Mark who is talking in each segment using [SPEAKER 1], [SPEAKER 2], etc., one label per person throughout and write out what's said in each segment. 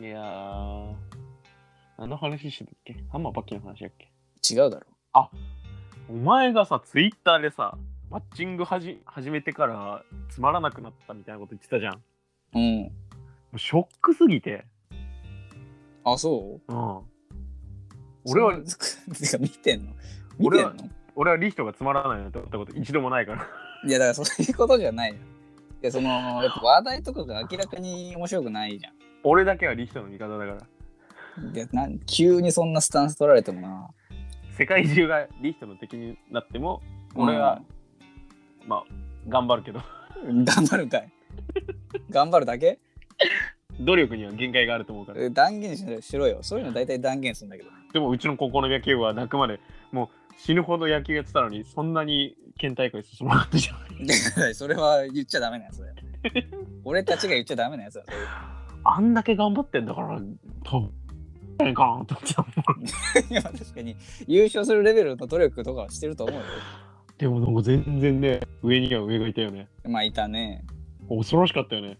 [SPEAKER 1] やー、何の話してたっけハンマーパッキンの話だっけ
[SPEAKER 2] 違うだろ。
[SPEAKER 1] お前がさ、ツイッターでさ、マッチングはじ始めてからつまらなくなったみたいなこと言ってたじゃん。も
[SPEAKER 2] うん。
[SPEAKER 1] うショックすぎて。
[SPEAKER 2] あ、そう
[SPEAKER 1] うん。俺は、
[SPEAKER 2] そ んなてか見てんの見
[SPEAKER 1] 俺
[SPEAKER 2] てん
[SPEAKER 1] は
[SPEAKER 2] の
[SPEAKER 1] 俺はリヒトがつまらないなんて思ったこと一度もないから。
[SPEAKER 2] いや、だからそういうことじゃないよ。いや、その、やっぱ話題とかが明らかに面白くないじゃ
[SPEAKER 1] 俺だけはリヒトの味方だから。
[SPEAKER 2] ん。でなん急にそんなスタンス取られてもな。
[SPEAKER 1] 世界中がリヒトの敵になっても、俺は、まあ、頑張るけど、
[SPEAKER 2] うん、頑張るんかい。頑張るだけ
[SPEAKER 1] 努力には限界があると思うから。
[SPEAKER 2] え断言ししろよ。そういうの大体断言するんだけど。
[SPEAKER 1] でもうちの高校の野球部は泣くまでもう死ぬほど野球やってたのにそんなに県大会進まなかったじゃん。
[SPEAKER 2] で それは言っちゃダメなやつだよ。俺たちが言っちゃダメなやつだよ。それ
[SPEAKER 1] あんだけ頑張ってんだから多分ええかなと思ってたもん
[SPEAKER 2] いや確かに優勝するレベルの努力とかはしてると思うよ。
[SPEAKER 1] でもなんか全然ね上には上がいたよね。
[SPEAKER 2] まあいたね。
[SPEAKER 1] 恐ろしかったよね。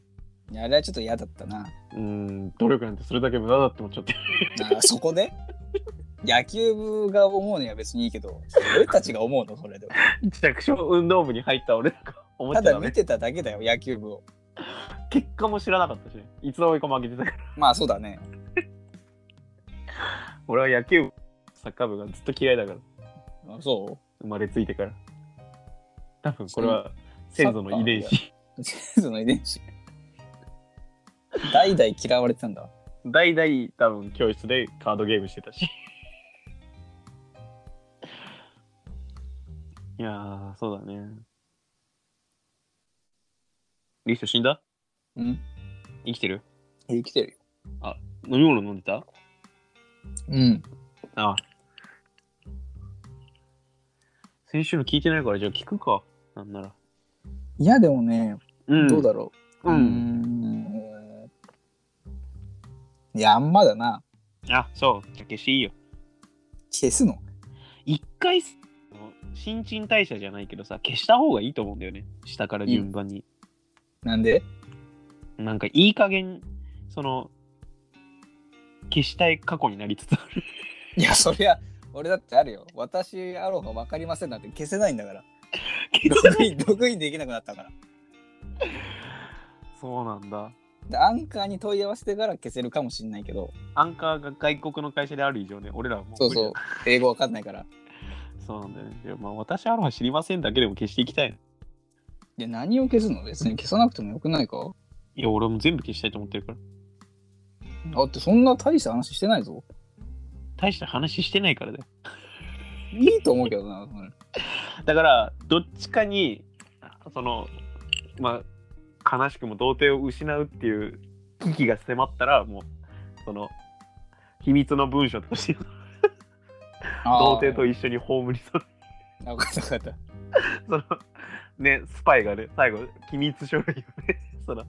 [SPEAKER 2] いやあれはちょっと嫌だったな。
[SPEAKER 1] うん努力なんてそれだけ無駄だって思っちゃって。
[SPEAKER 2] あそこで野球部が思うのは別にいいけど、俺たちが思うのそれでは。
[SPEAKER 1] 弱小運動部に入った俺なんか思っちゃ
[SPEAKER 2] ただ
[SPEAKER 1] ダ
[SPEAKER 2] 見
[SPEAKER 1] メ。
[SPEAKER 2] てただけだよ、野球部を。
[SPEAKER 1] 結果も知らなかったしね、いつの追い込ま負けてたから。
[SPEAKER 2] まあそうだね。
[SPEAKER 1] 俺は野球部サッカー部がずっと嫌いだから
[SPEAKER 2] あそ
[SPEAKER 1] 生まれついてから。多分これは先祖の遺伝
[SPEAKER 2] サッ
[SPEAKER 1] 子。
[SPEAKER 2] う 先祖の遺伝子。代々嫌われてたんだ。
[SPEAKER 1] 代々多分教室でカードゲームしてたし いやーそうだねリヒト死んだ
[SPEAKER 2] うん。
[SPEAKER 1] 生きてる
[SPEAKER 2] 生きてるよ。
[SPEAKER 1] 飲み物飲んでた
[SPEAKER 2] うん。
[SPEAKER 1] ああ先週の聞いてないからじゃあ聞くかなんなら
[SPEAKER 2] いやでもね、
[SPEAKER 1] うん
[SPEAKER 2] どうだろう。
[SPEAKER 1] うん
[SPEAKER 2] ん。いや、あんまだな。
[SPEAKER 1] あそうじゃあ消していいよ
[SPEAKER 2] 消すの
[SPEAKER 1] 一回す新陳代謝じゃないけどさ消した方がいいと思うんだよね下から順番に、
[SPEAKER 2] なんで
[SPEAKER 1] なんかいい加減その消したい過去になりつつある
[SPEAKER 2] いや、そりゃ、俺だってあるよ。私、アロハ分かりませんなんて消せないんだ から。 ログイン、ログインできなくなったから。
[SPEAKER 1] そうなんだ
[SPEAKER 2] で、アンカーに問い合わせてから消せるかもしんないけど、
[SPEAKER 1] アンカーが外国の会社である以上ね俺らはもう
[SPEAKER 2] そうそう、英語分かんないから。
[SPEAKER 1] そうなんだよねいやまあ私アロハ知りませんだけでも消していきたい
[SPEAKER 2] で、何を消すの別に消さなくてもよくないか
[SPEAKER 1] いや俺も全部消したいと思ってるから
[SPEAKER 2] だって、そんな大した話してないぞ。
[SPEAKER 1] 大した話してないからだよ
[SPEAKER 2] いいと思うけどな。
[SPEAKER 1] だからどっちかにそのまあ悲しくも童貞を失うっていう危機が迫ったらもうその秘密の文書として童貞と
[SPEAKER 2] い
[SPEAKER 1] 一緒に葬り去る
[SPEAKER 2] 分かった分かった。
[SPEAKER 1] そのねスパイがね最後機密書類をね その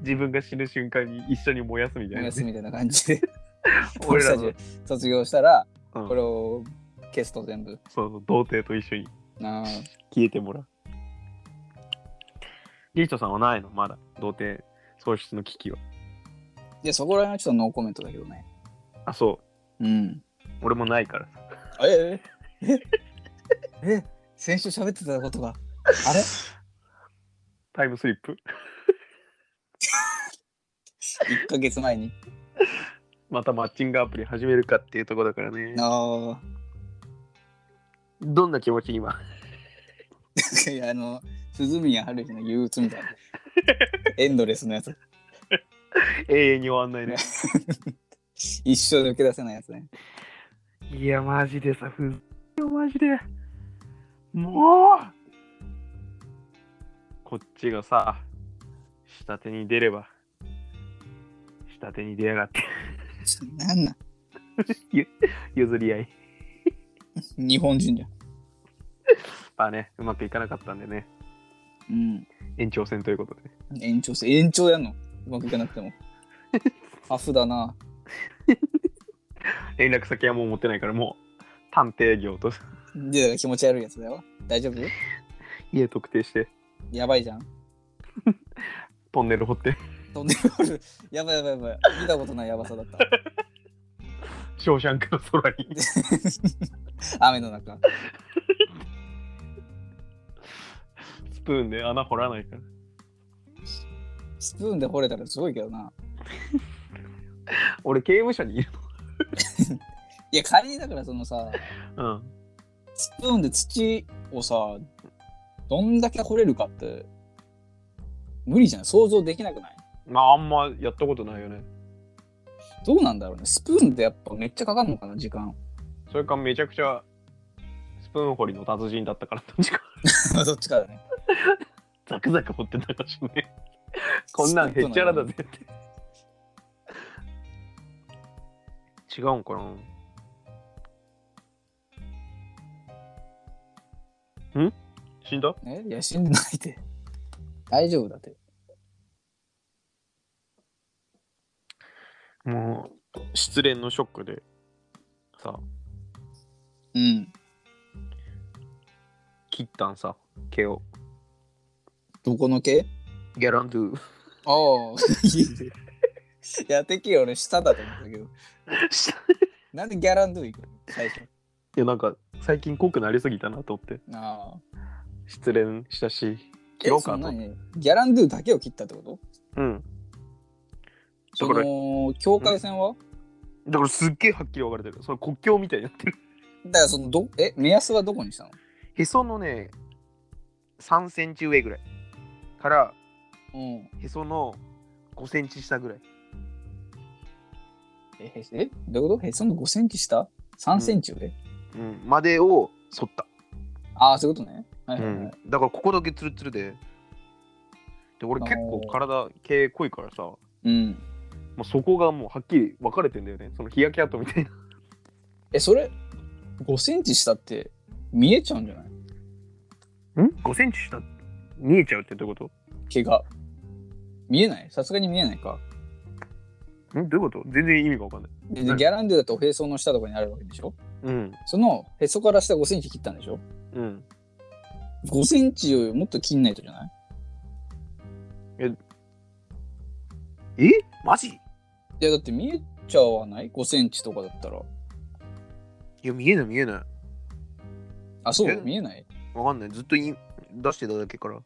[SPEAKER 1] 自分が死ぬ瞬間に一緒に燃やすみたい
[SPEAKER 2] お
[SPEAKER 1] な、
[SPEAKER 2] やす
[SPEAKER 1] ね、
[SPEAKER 2] みたいな感じで、
[SPEAKER 1] 俺
[SPEAKER 2] 俺
[SPEAKER 1] ら
[SPEAKER 2] た
[SPEAKER 1] の
[SPEAKER 2] ち、卒業したら、
[SPEAKER 1] うん
[SPEAKER 2] これを消すと全部。
[SPEAKER 1] そうそう童貞と一緒に
[SPEAKER 2] ああ、
[SPEAKER 1] 消えてもらうリートさんはないのまだ童貞喪失の危機は
[SPEAKER 2] で、そこら辺はちょっとノーコメントだけどね。
[SPEAKER 1] あそう
[SPEAKER 2] うん。
[SPEAKER 1] 俺もないからさ
[SPEAKER 2] えええええ先週喋ってたことがあれ
[SPEAKER 1] タイムスリップ
[SPEAKER 2] 1ヶ月前に
[SPEAKER 1] またマッチングアプリ始めるかっていうところだからね
[SPEAKER 2] あ
[SPEAKER 1] どんな気持ち今
[SPEAKER 2] あいやあの鈴宮春日の憂鬱みたいなエンドレスのやつ
[SPEAKER 1] 永遠に終わんないね
[SPEAKER 2] 一生抜け出せないやつね
[SPEAKER 1] いや、マジでさ、ふずマジで。もうこっちがさ、下手に出れば、下手に出やがって、
[SPEAKER 2] なんなん
[SPEAKER 1] 譲り合い。
[SPEAKER 2] 日本人じゃん
[SPEAKER 1] まあね、うまくいかなかったんでね、
[SPEAKER 2] うん
[SPEAKER 1] 延長戦ということで。
[SPEAKER 2] 延長戦延長やんのうまくいかなくてもハフだな
[SPEAKER 1] 連絡先はもう持ってないから、もう、探偵業と
[SPEAKER 2] でだから気持ち悪いやつだよ大丈夫
[SPEAKER 1] 家特定して、
[SPEAKER 2] やばいじゃん
[SPEAKER 1] トンネル掘って、
[SPEAKER 2] 飛んでおる。やばいやばいやばい。見たことないやばさだった。
[SPEAKER 1] ショーシャンクの空に。
[SPEAKER 2] 雨の中。
[SPEAKER 1] スプーンで穴掘らないから。
[SPEAKER 2] スプーンで掘れたらすごいけどな。
[SPEAKER 1] 俺、刑務所にいる。
[SPEAKER 2] いや、仮にだからそのさ、
[SPEAKER 1] うん。
[SPEAKER 2] スプーンで土をさ、どんだけ掘れるかって、無理じゃん。想像できなくない
[SPEAKER 1] まあ、あんまやったことないよね。
[SPEAKER 2] どうなんだろうね。スプーンでやっぱめっちゃかかるのかな、時間。
[SPEAKER 1] それか、めちゃくちゃ、スプーン掘りの達人だったから、ど っちか。
[SPEAKER 2] どっちかだね。
[SPEAKER 1] ザクザク掘ってたらしいね。こんなんへっちゃらだぜって。違うんかなん死んだ
[SPEAKER 2] えいや、死んでないで。大丈夫だって。
[SPEAKER 1] もう、失恋のショックで、さ、
[SPEAKER 2] うん。
[SPEAKER 1] 切ったんさ、毛を。
[SPEAKER 2] どこの毛
[SPEAKER 1] ギャラン ドゥ。
[SPEAKER 2] あ あ。いや、てっきり俺、下だと思ったけど。なんでギャランドゥ行くの最初。
[SPEAKER 1] いや、なんか、最近濃くなりすぎたなと思って。
[SPEAKER 2] ああ。
[SPEAKER 1] 失恋したし、切
[SPEAKER 2] え
[SPEAKER 1] ろう
[SPEAKER 2] そ
[SPEAKER 1] か
[SPEAKER 2] ん
[SPEAKER 1] と
[SPEAKER 2] な。にギャランドゥだけを切ったってこと
[SPEAKER 1] うん。だ
[SPEAKER 2] そ
[SPEAKER 1] から
[SPEAKER 2] の境界線は、
[SPEAKER 1] だからすっげえはっきり分かれてる。その国境みたいになってる。
[SPEAKER 2] だからそのどえ目安はどこにしたの
[SPEAKER 1] へそのね、3センチ上ぐらい。から、
[SPEAKER 2] うん
[SPEAKER 1] へその5センチ下ぐらい。
[SPEAKER 2] えへえどういうことへその5センチ下 ?3 センチ上、
[SPEAKER 1] うん。までを剃った。
[SPEAKER 2] ああそういうことねはいはいはい、
[SPEAKER 1] だからここだけツルツルで。で、俺結構体系濃いからさ、も
[SPEAKER 2] うん、
[SPEAKER 1] うそこがもうはっきり分かれてんだよね。その日焼け跡みたいな。
[SPEAKER 2] えそれ5センチ下って見えちゃうんじゃない
[SPEAKER 1] ん ?5 センチ下見えちゃうってどういうこ
[SPEAKER 2] 毛が見えないさすがに見えないか
[SPEAKER 1] とんどういうこと全然意味が分かんない。
[SPEAKER 2] で
[SPEAKER 1] うん
[SPEAKER 2] ギャランドゥだとおへその下とかにあるわけでしょ
[SPEAKER 1] うん。
[SPEAKER 2] そのへそから下5センチ切ったんでしょ
[SPEAKER 1] うん。
[SPEAKER 2] 5センチよりもっと切んないとじゃない
[SPEAKER 1] えマジい
[SPEAKER 2] いやだって見えちゃわない5センチとかだったら
[SPEAKER 1] や、見えない見えない。
[SPEAKER 2] あそ
[SPEAKER 1] え
[SPEAKER 2] う見えない
[SPEAKER 1] わかんない。ずっとい出してただけから、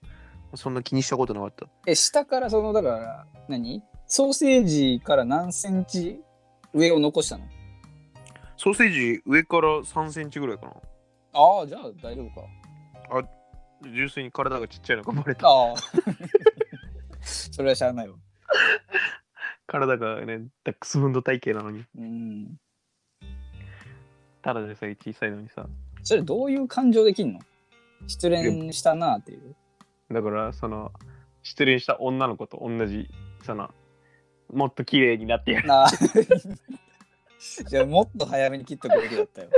[SPEAKER 1] そんな気にしたことなかった。
[SPEAKER 2] え下からそのだから何ソーセージから何センチ上を残したの
[SPEAKER 1] ソーセージ上から3センチぐらいかな。
[SPEAKER 2] ああじゃあ大丈夫か
[SPEAKER 1] 純粋に体がちっちゃいのがバ レた。
[SPEAKER 2] ああそれはしゃあないわ
[SPEAKER 1] 体がね、ダックスフンド体型なのに、
[SPEAKER 2] うん
[SPEAKER 1] ただでさえ小さいのにさ。
[SPEAKER 2] それどういう感情できんの失恋したなっていう
[SPEAKER 1] だから、その、失恋した女の子と同じ、その、もっと綺麗になってやる。
[SPEAKER 2] なあ じゃあもっと早めに切っとくべきだったよ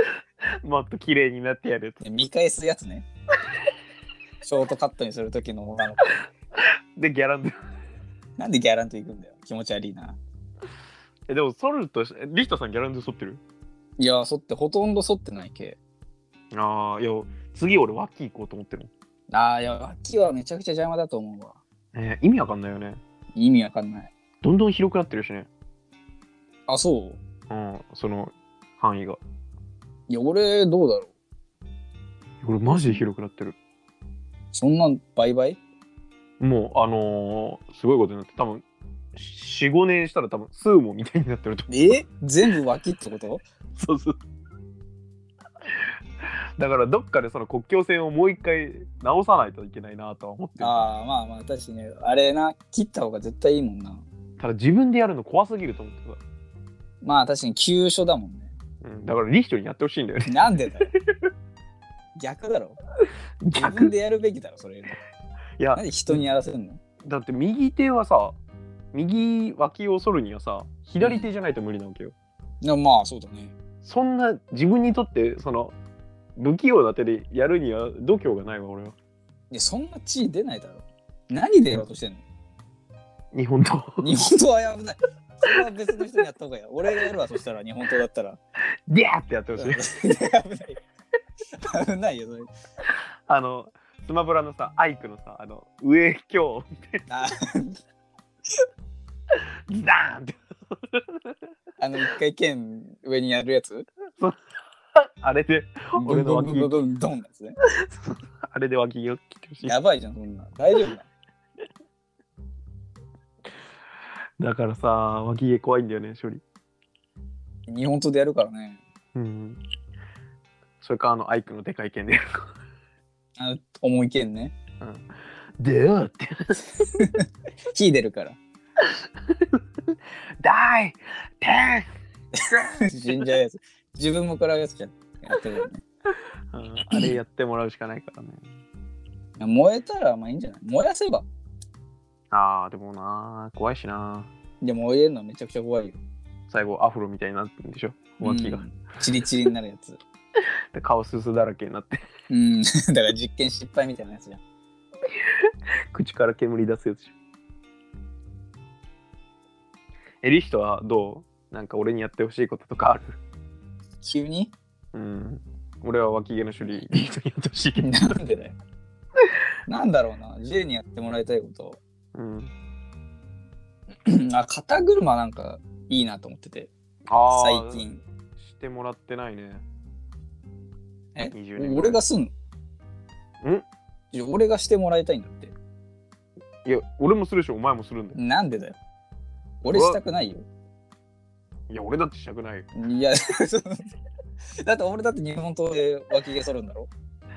[SPEAKER 1] もっと綺麗になってやる。
[SPEAKER 2] で見返すやつねショートカットにする時の女の子
[SPEAKER 1] で、ギャランドゥ。
[SPEAKER 2] なんでギャランと行くんだよ気持ち悪いな
[SPEAKER 1] えでも、ソルとし、えリヒトさんギャランドゥ剃ってる
[SPEAKER 2] いや剃ってほとんど剃ってない系
[SPEAKER 1] ああ、いや、次俺脇行こうと思ってる。
[SPEAKER 2] ああいや脇はめちゃくちゃ邪魔だと思うわ
[SPEAKER 1] えー意味わかんないよね。
[SPEAKER 2] 意味わかんない
[SPEAKER 1] どんどん広くなってるしね。
[SPEAKER 2] あそう
[SPEAKER 1] うん、その範囲が。
[SPEAKER 2] いや俺どうだろう
[SPEAKER 1] 俺マジで広くなってる。
[SPEAKER 2] そんな倍々
[SPEAKER 1] もうあのーすごいことになって多分45年したら多分スーモみたいになってると思
[SPEAKER 2] え全部脇ってこと
[SPEAKER 1] うそうそうだからどっかでその国境線をもう一回直さないといけないなとは思ってる
[SPEAKER 2] ああまあまあ確かにねあれな切った方が絶対いいもんな
[SPEAKER 1] ただ自分でやるの怖すぎると思ってさ、
[SPEAKER 2] まあ確かに急所だもんね
[SPEAKER 1] うん、だからリヒトにやってほしいんだよね
[SPEAKER 2] なんでだよ逆だろ自分でやるべきだろそれ
[SPEAKER 1] いや
[SPEAKER 2] なんで人にやらせるの
[SPEAKER 1] だって右手はさ右脇を反るにはさ左手じゃないと無理なわけよ、
[SPEAKER 2] いやまあそうだね
[SPEAKER 1] そんな自分にとってその不器用な手でやるには度胸がないわ俺はい
[SPEAKER 2] やそんな地位出ないだろ何でやろうとしてんの
[SPEAKER 1] 日本刀
[SPEAKER 2] 日本刀は危ないそれは別の人にやった方がいい俺がやるわそしたら日本刀だったら
[SPEAKER 1] でやってやってほしい
[SPEAKER 2] 危ない危ないよそれ
[SPEAKER 1] あの、スマブラのさ、アイクのさ、あの、上京、
[SPEAKER 2] あ
[SPEAKER 1] ズダーンって
[SPEAKER 2] あの、一回剣上にやるやつ
[SPEAKER 1] あれで
[SPEAKER 2] ドン
[SPEAKER 1] 俺の
[SPEAKER 2] ドン
[SPEAKER 1] 脇
[SPEAKER 2] ドンドンドンのやつね。
[SPEAKER 1] あれで脇を切ってほしい
[SPEAKER 2] やばいじゃん、そんな。大丈夫な
[SPEAKER 1] だからさ脇毛怖いんだよね処理
[SPEAKER 2] の日本刀でやるからね。
[SPEAKER 1] うんそれかあのアイクのでかい剣で
[SPEAKER 2] あの、重い剣ね。
[SPEAKER 1] 「でよ」って
[SPEAKER 2] 火出るから。
[SPEAKER 1] 「ダイテン!
[SPEAKER 2] 死んじゃうやつ。自分も食らうやつじゃん。やってるよね。」
[SPEAKER 1] うんあれやってもらうしかないからね
[SPEAKER 2] 燃えたらまあいいんじゃない燃やせば。
[SPEAKER 1] あーでもなー怖いしな
[SPEAKER 2] でも燃えるのはめちゃくちゃ怖いよ。
[SPEAKER 1] 最後アフロみたいになってるんでしょ脇が、
[SPEAKER 2] うんチリチリになるやつ。
[SPEAKER 1] で顔すすだらけになって
[SPEAKER 2] うん。 だから実験失敗みたいなやつじゃん。
[SPEAKER 1] 口から煙出すやつじゃんエリヒトはどうなんか俺にやってほしいこととかある
[SPEAKER 2] 急に
[SPEAKER 1] うん俺は脇毛の処理エリヒトにやってほしいけど
[SPEAKER 2] なんでだよ。なんだろうな。自由にやってもらいたいこと。
[SPEAKER 1] うん
[SPEAKER 2] あ、肩車なんかいいなと思ってて、
[SPEAKER 1] あ
[SPEAKER 2] 最
[SPEAKER 1] ー
[SPEAKER 2] 近。
[SPEAKER 1] してもらってないね
[SPEAKER 2] え
[SPEAKER 1] 20年
[SPEAKER 2] 俺がすんの
[SPEAKER 1] ん
[SPEAKER 2] いや俺がしてもらいたいんだって。
[SPEAKER 1] いや俺もするでしょお前もするんだよ
[SPEAKER 2] なんでだよ。俺したくないよ。
[SPEAKER 1] いや俺だってしたくないよ
[SPEAKER 2] いや、 そのだって俺だって日本刀で脇毛剃るんだろ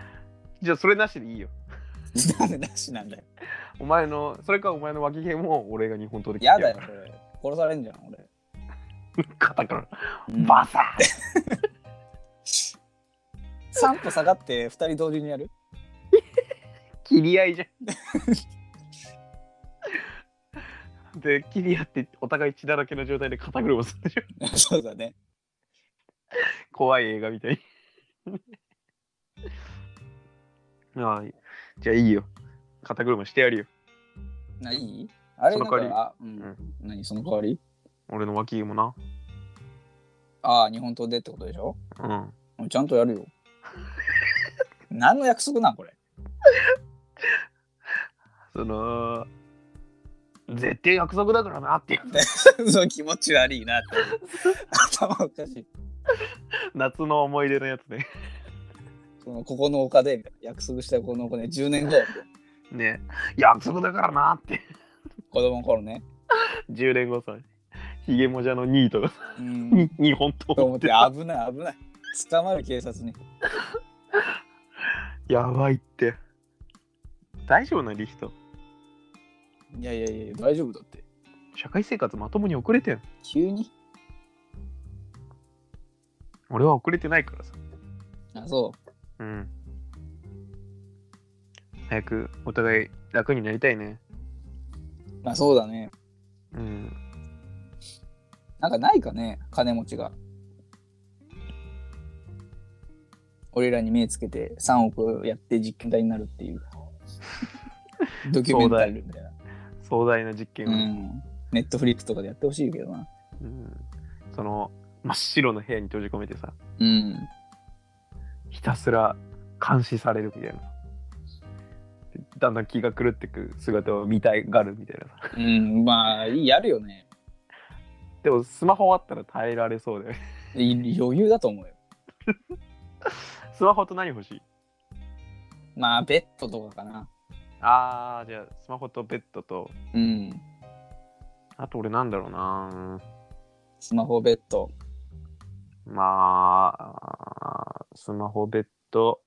[SPEAKER 1] じゃあそれなしでいいよ
[SPEAKER 2] なんでなしなんだよ。
[SPEAKER 1] お前のそれかお前の脇毛も俺が日本刀で切
[SPEAKER 2] や
[SPEAKER 1] って
[SPEAKER 2] だ
[SPEAKER 1] や
[SPEAKER 2] よ
[SPEAKER 1] る、
[SPEAKER 2] これ。殺されんじゃん、俺。
[SPEAKER 1] 肩から
[SPEAKER 2] うん
[SPEAKER 1] バサッ
[SPEAKER 2] 3歩下がって2人同時にやる
[SPEAKER 1] 切り合いじゃん で切り合ってお互い血だらけの状態で肩車するでしょ
[SPEAKER 2] そうだね。
[SPEAKER 1] 怖い映画み たいにああじゃあいいよ肩車してやるよ
[SPEAKER 2] ないいあれ
[SPEAKER 1] そ
[SPEAKER 2] な
[SPEAKER 1] の代
[SPEAKER 2] ん
[SPEAKER 1] わり
[SPEAKER 2] か、あ、う
[SPEAKER 1] うんん。
[SPEAKER 2] 何、その代わり
[SPEAKER 1] 俺の脇毛もな
[SPEAKER 2] ああ、日本刀でってことでしょ
[SPEAKER 1] うん
[SPEAKER 2] うんちゃんとやるよ。 何の約束なん、これ。
[SPEAKER 1] その絶対約束だからなっていう
[SPEAKER 2] そう気持ち悪いなって。 頭おかしい。
[SPEAKER 1] 夏の思い出のやつね
[SPEAKER 2] そのここの丘でみたいな約束したこの丘で10年後
[SPEAKER 1] ね約束だからなって
[SPEAKER 2] 子供の頃ね。
[SPEAKER 1] 10年後さヒゲもじゃのニートが
[SPEAKER 2] うん。
[SPEAKER 1] に日本
[SPEAKER 2] と
[SPEAKER 1] 刀
[SPEAKER 2] 思って危ない危ない。捕まる警察に。
[SPEAKER 1] やばいって大丈夫なリヒト
[SPEAKER 2] いやいやいや大丈夫だって。
[SPEAKER 1] 社会生活まともに遅れてん
[SPEAKER 2] 急に
[SPEAKER 1] 俺は遅れてないからさ
[SPEAKER 2] あそ
[SPEAKER 1] うん早くお互い楽になりたいね
[SPEAKER 2] う。まあそうだね。
[SPEAKER 1] うん
[SPEAKER 2] なんかないかね金持ちが。俺らに目つけて3億やって実験台になるっ ていう。ドキュメンタリーみたいな。
[SPEAKER 1] 壮大な実験を
[SPEAKER 2] う
[SPEAKER 1] ね、
[SPEAKER 2] ん。ネットフリックスとかでやってほしいけどな。
[SPEAKER 1] うんその真っ白の部屋に閉じ込めてさ
[SPEAKER 2] うん。
[SPEAKER 1] ひたすら監視されるみたいなでだんだん気が狂ってく姿を見たいがるみたいなさ
[SPEAKER 2] うん、まあ、やるよね。
[SPEAKER 1] でもスマホあったら耐えられそうだよね
[SPEAKER 2] い余裕だと思うよ。
[SPEAKER 1] スマホと何欲しい
[SPEAKER 2] まあ、ベッドとかかな。
[SPEAKER 1] あーじゃあスマホとベッドと
[SPEAKER 2] うん。
[SPEAKER 1] あと俺なんだろうな
[SPEAKER 2] スマホ、ベッド。
[SPEAKER 1] まあスマホベッド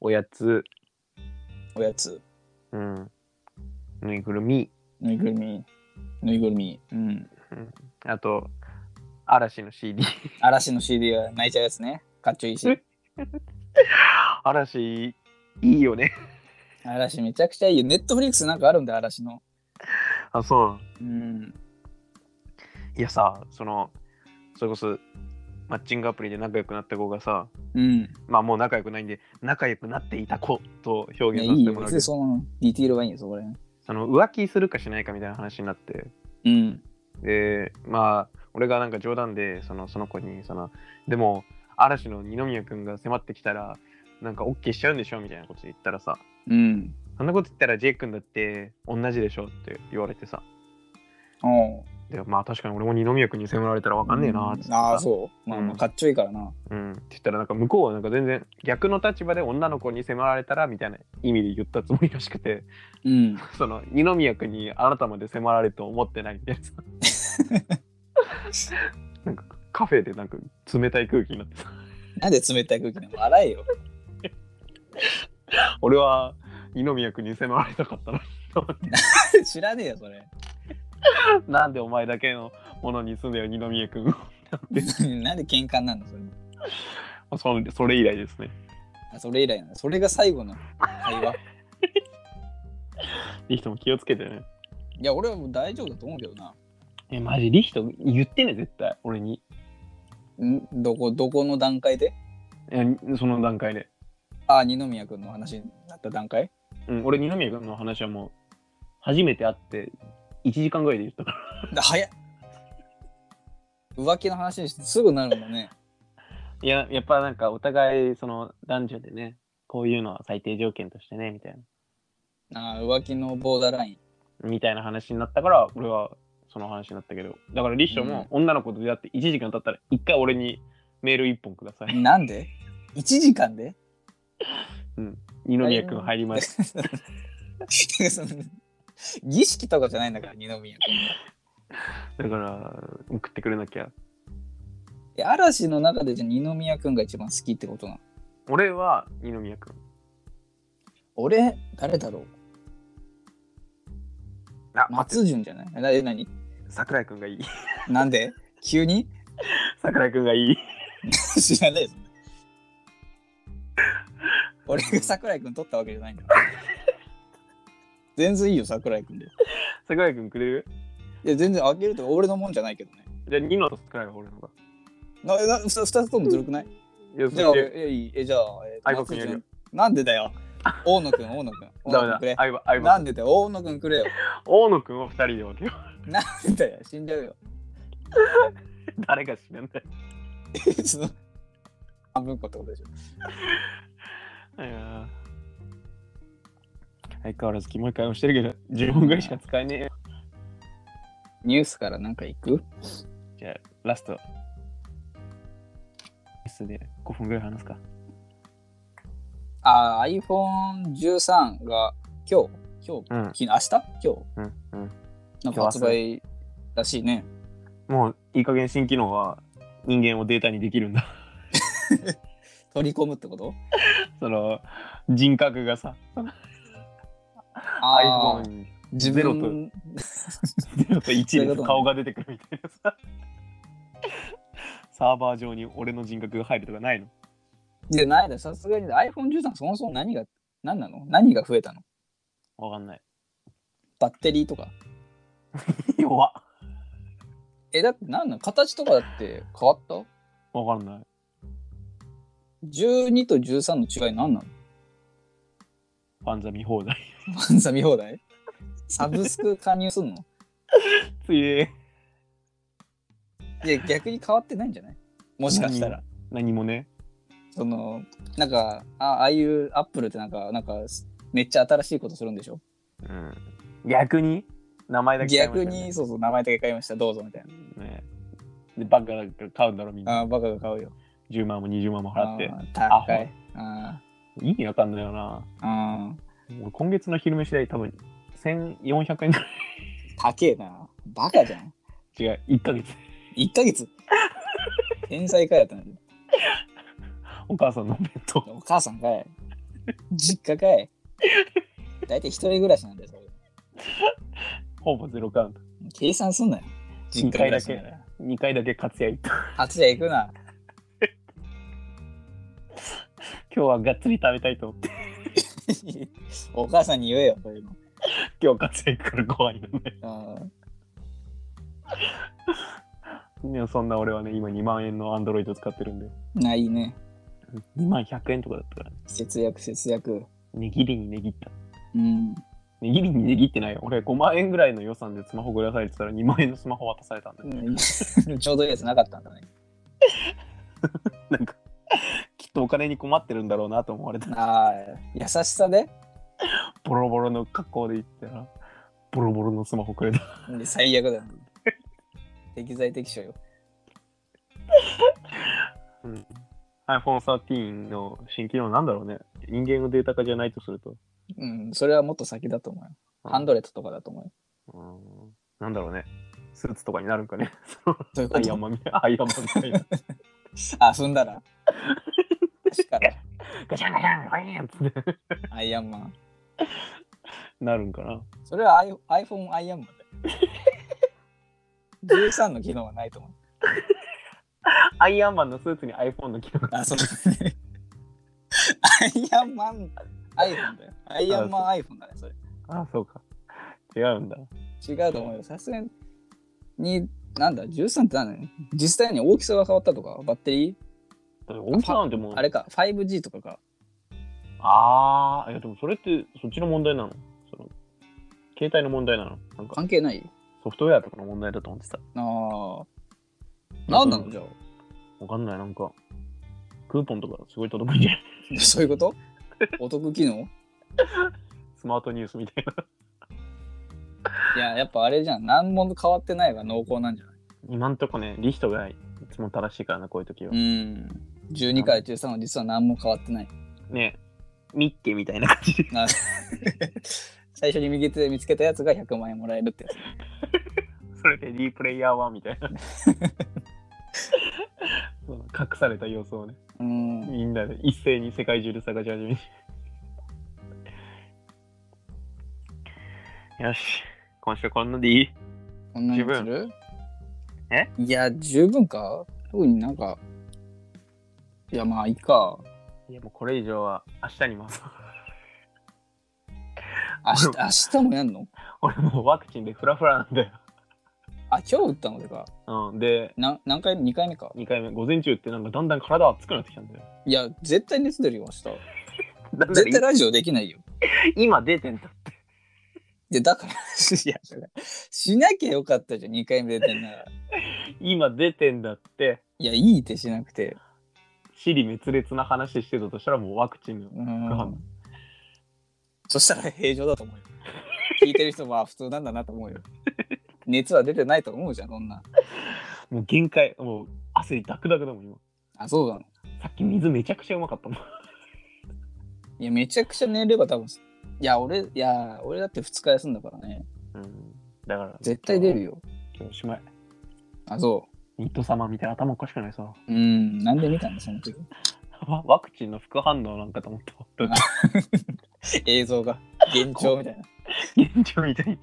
[SPEAKER 1] おやつ
[SPEAKER 2] おやつ。
[SPEAKER 1] うんぬいぐるみ
[SPEAKER 2] ぬいぐるみ。ぬいぐるみ。うん。
[SPEAKER 1] あと嵐の CD
[SPEAKER 2] 嵐の CD は泣いちゃうやつね。かっちょいいし
[SPEAKER 1] え。 嵐いいよね
[SPEAKER 2] 嵐めちゃくちゃいいよ。ネットフリックスなんかあるんだよ、嵐の。
[SPEAKER 1] あそうなの
[SPEAKER 2] うん。
[SPEAKER 1] いやさそのそれこそマッチングアプリで仲良くなった子がさ
[SPEAKER 2] うん。
[SPEAKER 1] まあもう仲良くないんで仲良くなっていた子と
[SPEAKER 2] い
[SPEAKER 1] 表
[SPEAKER 2] や、
[SPEAKER 1] 現させ
[SPEAKER 2] いい
[SPEAKER 1] て
[SPEAKER 2] よ。
[SPEAKER 1] もらう
[SPEAKER 2] 別
[SPEAKER 1] け
[SPEAKER 2] に
[SPEAKER 1] ど
[SPEAKER 2] そのディティールはいいよ、そこら辺。
[SPEAKER 1] その浮気するかしないかみたいな話になって
[SPEAKER 2] うん。
[SPEAKER 1] でまあ俺がなんか冗談でそのその子にそのでも嵐の二宮君が迫ってきたらなんか OK しちゃうんでしょみたいなこと言ったらさ
[SPEAKER 2] うん。
[SPEAKER 1] そんなこと言ったら J 君だって同じでしょって言われてさ
[SPEAKER 2] おう
[SPEAKER 1] でまあ確かに俺も二宮君に迫られたらわかんねえなーっつって
[SPEAKER 2] あ
[SPEAKER 1] さ
[SPEAKER 2] あ、そう。まあ、ま
[SPEAKER 1] う
[SPEAKER 2] あ、
[SPEAKER 1] ん
[SPEAKER 2] かっちょいいからな。
[SPEAKER 1] うん、って言ったらなんか向こうはなんか全然逆の立場で女の子に迫られたらみたいな意味で言ったつもりらしくて
[SPEAKER 2] うん。
[SPEAKER 1] その二宮君にあなたまで迫られると思ってないみたいなさなんかカフェでなんか冷たい空気になってさ
[SPEAKER 2] なんで冷たい空気なの笑えよ。
[SPEAKER 1] 俺は二宮君に迫られたかったのにと思って
[SPEAKER 2] 知らねえよ、それ。
[SPEAKER 1] なんでお前だけのものに住んだよ二宮君を
[SPEAKER 2] なんで喧嘩になんのそれ。
[SPEAKER 1] そのそれ以来ですね
[SPEAKER 2] あそれ以来なの。それが最後の会話。
[SPEAKER 1] リヒトも気をつけてね
[SPEAKER 2] いや、俺はもう大丈夫だと思うけどな。
[SPEAKER 1] えマジリヒト言ってね絶対俺に
[SPEAKER 2] んどこ、どこの段階で
[SPEAKER 1] えその段階で、
[SPEAKER 2] ああ、二宮君の話になった段階
[SPEAKER 1] うん、俺二宮君の話はもう初めて会って1時間ぐらいで言ったから
[SPEAKER 2] だ早っ浮気の話にしてすぐなるもんね。
[SPEAKER 1] いややっぱなんかお互いその男女でねこういうのは最低条件としてねみたいな
[SPEAKER 2] ああ、浮気のボーダーライン。
[SPEAKER 1] みたいな話になったから俺はその話になったけどだからリヒトも女の子と出会って1時間経ったら1回俺にメール1本くだ さい、
[SPEAKER 2] なんで ?1 時間で
[SPEAKER 1] 二宮君入ります
[SPEAKER 2] その儀式とかじゃないんだから、二宮君は。
[SPEAKER 1] だから送ってくれなきゃ
[SPEAKER 2] え嵐の中でじゃあ二宮君が一番好きってことなの
[SPEAKER 1] 俺は二宮君
[SPEAKER 2] 俺、誰だろう
[SPEAKER 1] あ待って
[SPEAKER 2] 松潤じゃないなえ、何
[SPEAKER 1] 桜井君がいい
[SPEAKER 2] なんで急に
[SPEAKER 1] 桜井君がい い
[SPEAKER 2] 知らないぞ。俺が桜井君取ったわけじゃないんだから。全然いいよ、桜井君で。い
[SPEAKER 1] 桜井君くれる
[SPEAKER 2] や、全然あげると俺のもんじゃないけどね。
[SPEAKER 1] じゃあニノと桜井が俺の方が
[SPEAKER 2] なな二つともずるくない
[SPEAKER 1] いやそ
[SPEAKER 2] じゃあ、
[SPEAKER 1] して
[SPEAKER 2] え、いいえじゃあ、え
[SPEAKER 1] 相葉君やるよ
[SPEAKER 2] 松潤なんでだよ。大野君、大野君。大
[SPEAKER 1] ダ
[SPEAKER 2] 野君く
[SPEAKER 1] メ
[SPEAKER 2] れ
[SPEAKER 1] だ。相葉相
[SPEAKER 2] な
[SPEAKER 1] 葉
[SPEAKER 2] んでだよ、大野君くれよ。
[SPEAKER 1] 大野君を2人で分けよ
[SPEAKER 2] なんだよ、死んじゃうよ。
[SPEAKER 1] う 誰が死ぬんだよ
[SPEAKER 2] その半分こってことでしょ。
[SPEAKER 1] いやー相変わらずキモい会話してるけど10分ぐらいしか使えねえよ
[SPEAKER 2] ニュースからなんか行く
[SPEAKER 1] じゃあラストニュースで5分ぐらい話すか
[SPEAKER 2] あー iPhone13 が今日今日
[SPEAKER 1] うん
[SPEAKER 2] 昨日明日今
[SPEAKER 1] うんうん
[SPEAKER 2] 日なんか発売らしいね。
[SPEAKER 1] もういい加減新機能は人間をデータにできるんだ
[SPEAKER 2] 取り込むってこと
[SPEAKER 1] その人格がさ
[SPEAKER 2] あー
[SPEAKER 1] iPhone
[SPEAKER 2] 自分
[SPEAKER 1] 0と
[SPEAKER 2] そうい
[SPEAKER 1] 1
[SPEAKER 2] うこ
[SPEAKER 1] で
[SPEAKER 2] とね
[SPEAKER 1] 顔が出てくるみたいなさ サーバー上に俺の人格が入るとかないの
[SPEAKER 2] で ないださすがに iPhone13 そもそも何が何なの何が増えたの
[SPEAKER 1] わかん ない
[SPEAKER 2] バッテリーとか。
[SPEAKER 1] 弱っ
[SPEAKER 2] え、だって何なの形とかだって変わった
[SPEAKER 1] わかんない
[SPEAKER 2] ?12 と13の違い何なの
[SPEAKER 1] ファンザ見放題
[SPEAKER 2] フ ァンザ見放題サブスク加入すんの
[SPEAKER 1] ついで
[SPEAKER 2] いや逆に変わってないんじゃないもしかしたら。
[SPEAKER 1] 何もね
[SPEAKER 2] そのなんかあああいうアップルってなんかなんかめっちゃ新しいことするんでしょ
[SPEAKER 1] うん逆に名前だけ変えま
[SPEAKER 2] 逆
[SPEAKER 1] したよね
[SPEAKER 2] にそうそう名前だけ買いましたどうぞみたいな
[SPEAKER 1] ねでバカだから買うんだろみんな
[SPEAKER 2] あーバカが買うよ
[SPEAKER 1] 10万も20万も払って
[SPEAKER 2] あー高いあ
[SPEAKER 1] 意味わかんないよな
[SPEAKER 2] ーあー
[SPEAKER 1] 俺今月の昼飯代多分1400円ぐらい
[SPEAKER 2] 高えなバカじゃん
[SPEAKER 1] 違う1ヶ月
[SPEAKER 2] 1ヶ 月天才かよってなる
[SPEAKER 1] お母さんのお弁当
[SPEAKER 2] お母さんかい実家かい大体一人暮らしなんだよそれ
[SPEAKER 1] ほぼゼロカウント
[SPEAKER 2] 計算すんなよ実家
[SPEAKER 1] 2
[SPEAKER 2] 暮
[SPEAKER 1] 回
[SPEAKER 2] ら
[SPEAKER 1] だ
[SPEAKER 2] しな
[SPEAKER 1] け
[SPEAKER 2] んだよ
[SPEAKER 1] 2回だけ活躍行った
[SPEAKER 2] 初じゃ行くな
[SPEAKER 1] 今日はがっつり食べたいと思って
[SPEAKER 2] お母さんに言えよそういうの
[SPEAKER 1] 今日活躍からご飯なんで
[SPEAKER 2] あー
[SPEAKER 1] でもそんな俺はね今2万円のアンドロイド使ってるんで
[SPEAKER 2] ないね
[SPEAKER 1] 2万100円とかだったからね
[SPEAKER 2] 節約節約
[SPEAKER 1] 値切りに値切った
[SPEAKER 2] うん
[SPEAKER 1] 値切りに値切ってないよ俺5万円ぐらいの予算でスマホぐらされてたら2万円のスマホ渡されたんだよ、
[SPEAKER 2] ちょうどいいやつなかったんだね
[SPEAKER 1] なんかきっとお金に困ってるんだろうなと思われた
[SPEAKER 2] ああ優しさで
[SPEAKER 1] ボロボロの格好で行ったらボロボロのスマホくれた
[SPEAKER 2] 最悪だよ適材適所よ。
[SPEAKER 1] iPhone 13の新機能なんだろうね。人間のデータ化じゃないとすると。
[SPEAKER 2] うん、それはもっと先だと思うよ。ハンドレットとかだと思うよ。
[SPEAKER 1] うんなんだろうね。スーツとかになるんかね。
[SPEAKER 2] どういう
[SPEAKER 1] ア
[SPEAKER 2] こ
[SPEAKER 1] イアン
[SPEAKER 2] と
[SPEAKER 1] マンみたいな。アイアンマンみたいな。
[SPEAKER 2] あ、踏んだら。確かに。
[SPEAKER 1] ガチャンガチャンガチャンってね
[SPEAKER 2] アイアンマン。
[SPEAKER 1] なるんかな。
[SPEAKER 2] それはアイ iPhone アイアンマン だよ。13の機能はないと思う。
[SPEAKER 1] アイアンマンのスーツに iPhone の機能が。
[SPEAKER 2] あ、そうだね。アイアンマン iPhone だよ。アイアンマン iPhone だね、それ。
[SPEAKER 1] あ、そうか。違うんだ。
[SPEAKER 2] 違うと思うよ。さすがに、なんだ、13って何だよ。実際に大きさが変わったとか、バッテリー
[SPEAKER 1] 大きさなんてもう。
[SPEAKER 2] あれか、5G とかか。
[SPEAKER 1] ああ、いやでもそれってそっちの問題なのその携帯の問題なのなんか
[SPEAKER 2] 関係ない
[SPEAKER 1] ソフトウェアとかの問題だと思ってた。
[SPEAKER 2] ああ。なんなのじゃあ。
[SPEAKER 1] わかんない、なんか。クーポンとかすごい届くんじゃない
[SPEAKER 2] そういうことお得機能
[SPEAKER 1] スマートニュースみたいな。
[SPEAKER 2] いや、やっぱあれじゃん。何も変わってないが濃厚なんじゃない
[SPEAKER 1] 今んとこね、リストがいつも正しいからな、こういう時は
[SPEAKER 2] う。ん。12から13は実は何も変わって ない。
[SPEAKER 1] ねえ、ミッケみたいな感 じで。
[SPEAKER 2] な最初に右手で見つけたやつが100万円もらえるってやつ。
[SPEAKER 1] それでリープレイヤー1みた いな。そう隠された様子をね、
[SPEAKER 2] うん。
[SPEAKER 1] みんなで一斉に世界中で探し始める。よし、今週こんなでいい
[SPEAKER 2] こんなにする
[SPEAKER 1] え
[SPEAKER 2] いや、十分か特になんか。いや、まあいいか。
[SPEAKER 1] いやもうこれ以上は明日に回す。
[SPEAKER 2] 明日、明日もやんの
[SPEAKER 1] 俺もうワクチンでフラフラなんだ
[SPEAKER 2] あ、今日打ったのでか。
[SPEAKER 1] よ。うん、で、
[SPEAKER 2] な何回目 ?2 回目か。
[SPEAKER 1] 2回目、午前中ってなんかだんだん体熱くなってきたんだよ。
[SPEAKER 2] いや、絶対熱出るよ、明日。
[SPEAKER 1] だんだん
[SPEAKER 2] 絶対ラジオできないよ。
[SPEAKER 1] 今出てんだ。
[SPEAKER 2] いや、だから、い や、だからしなきゃよかったじゃん、2回目出てんなら。
[SPEAKER 1] 今出てんだって、
[SPEAKER 2] いや、いいってしなくて。
[SPEAKER 1] 尻滅裂な話してたとしたらもうワクチンの。
[SPEAKER 2] うん。そしたら平常だと思うよ。聞いてる人は普通なんだなと思うよ。熱は出てないと思うじゃん、そんな。
[SPEAKER 1] もう限界、もう汗ダクダクだもん今。
[SPEAKER 2] あ、そうなの。
[SPEAKER 1] さっき水めちゃくちゃうまかったもん。
[SPEAKER 2] いや、めちゃくちゃ寝れば多分。いや、俺、いや、俺だって2日休んだからね。
[SPEAKER 1] うん、だから、
[SPEAKER 2] 絶対出るよ。
[SPEAKER 1] 今日しまい。
[SPEAKER 2] あ、そ
[SPEAKER 1] ニット様みたいな頭おかしくないさ。
[SPEAKER 2] う。うん、なんで見たんだ、その時。
[SPEAKER 1] わ ワクチンの副反応なんかと思っ た。
[SPEAKER 2] 映像が。幻聴みたいな。
[SPEAKER 1] 現状みたいに。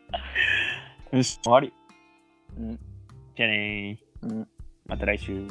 [SPEAKER 1] よし、終わり。
[SPEAKER 2] うん。
[SPEAKER 1] じゃあねー。
[SPEAKER 2] うん
[SPEAKER 1] また来週。
[SPEAKER 2] ん